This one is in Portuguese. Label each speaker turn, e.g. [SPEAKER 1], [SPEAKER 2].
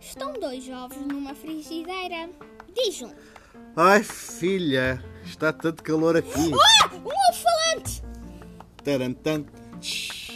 [SPEAKER 1] Estão dois ovos numa frigideira. Diz um.
[SPEAKER 2] Ai, filha, está tanto calor aqui.
[SPEAKER 1] Ah! Um ovo falante!
[SPEAKER 2] Tarantan. Shhh.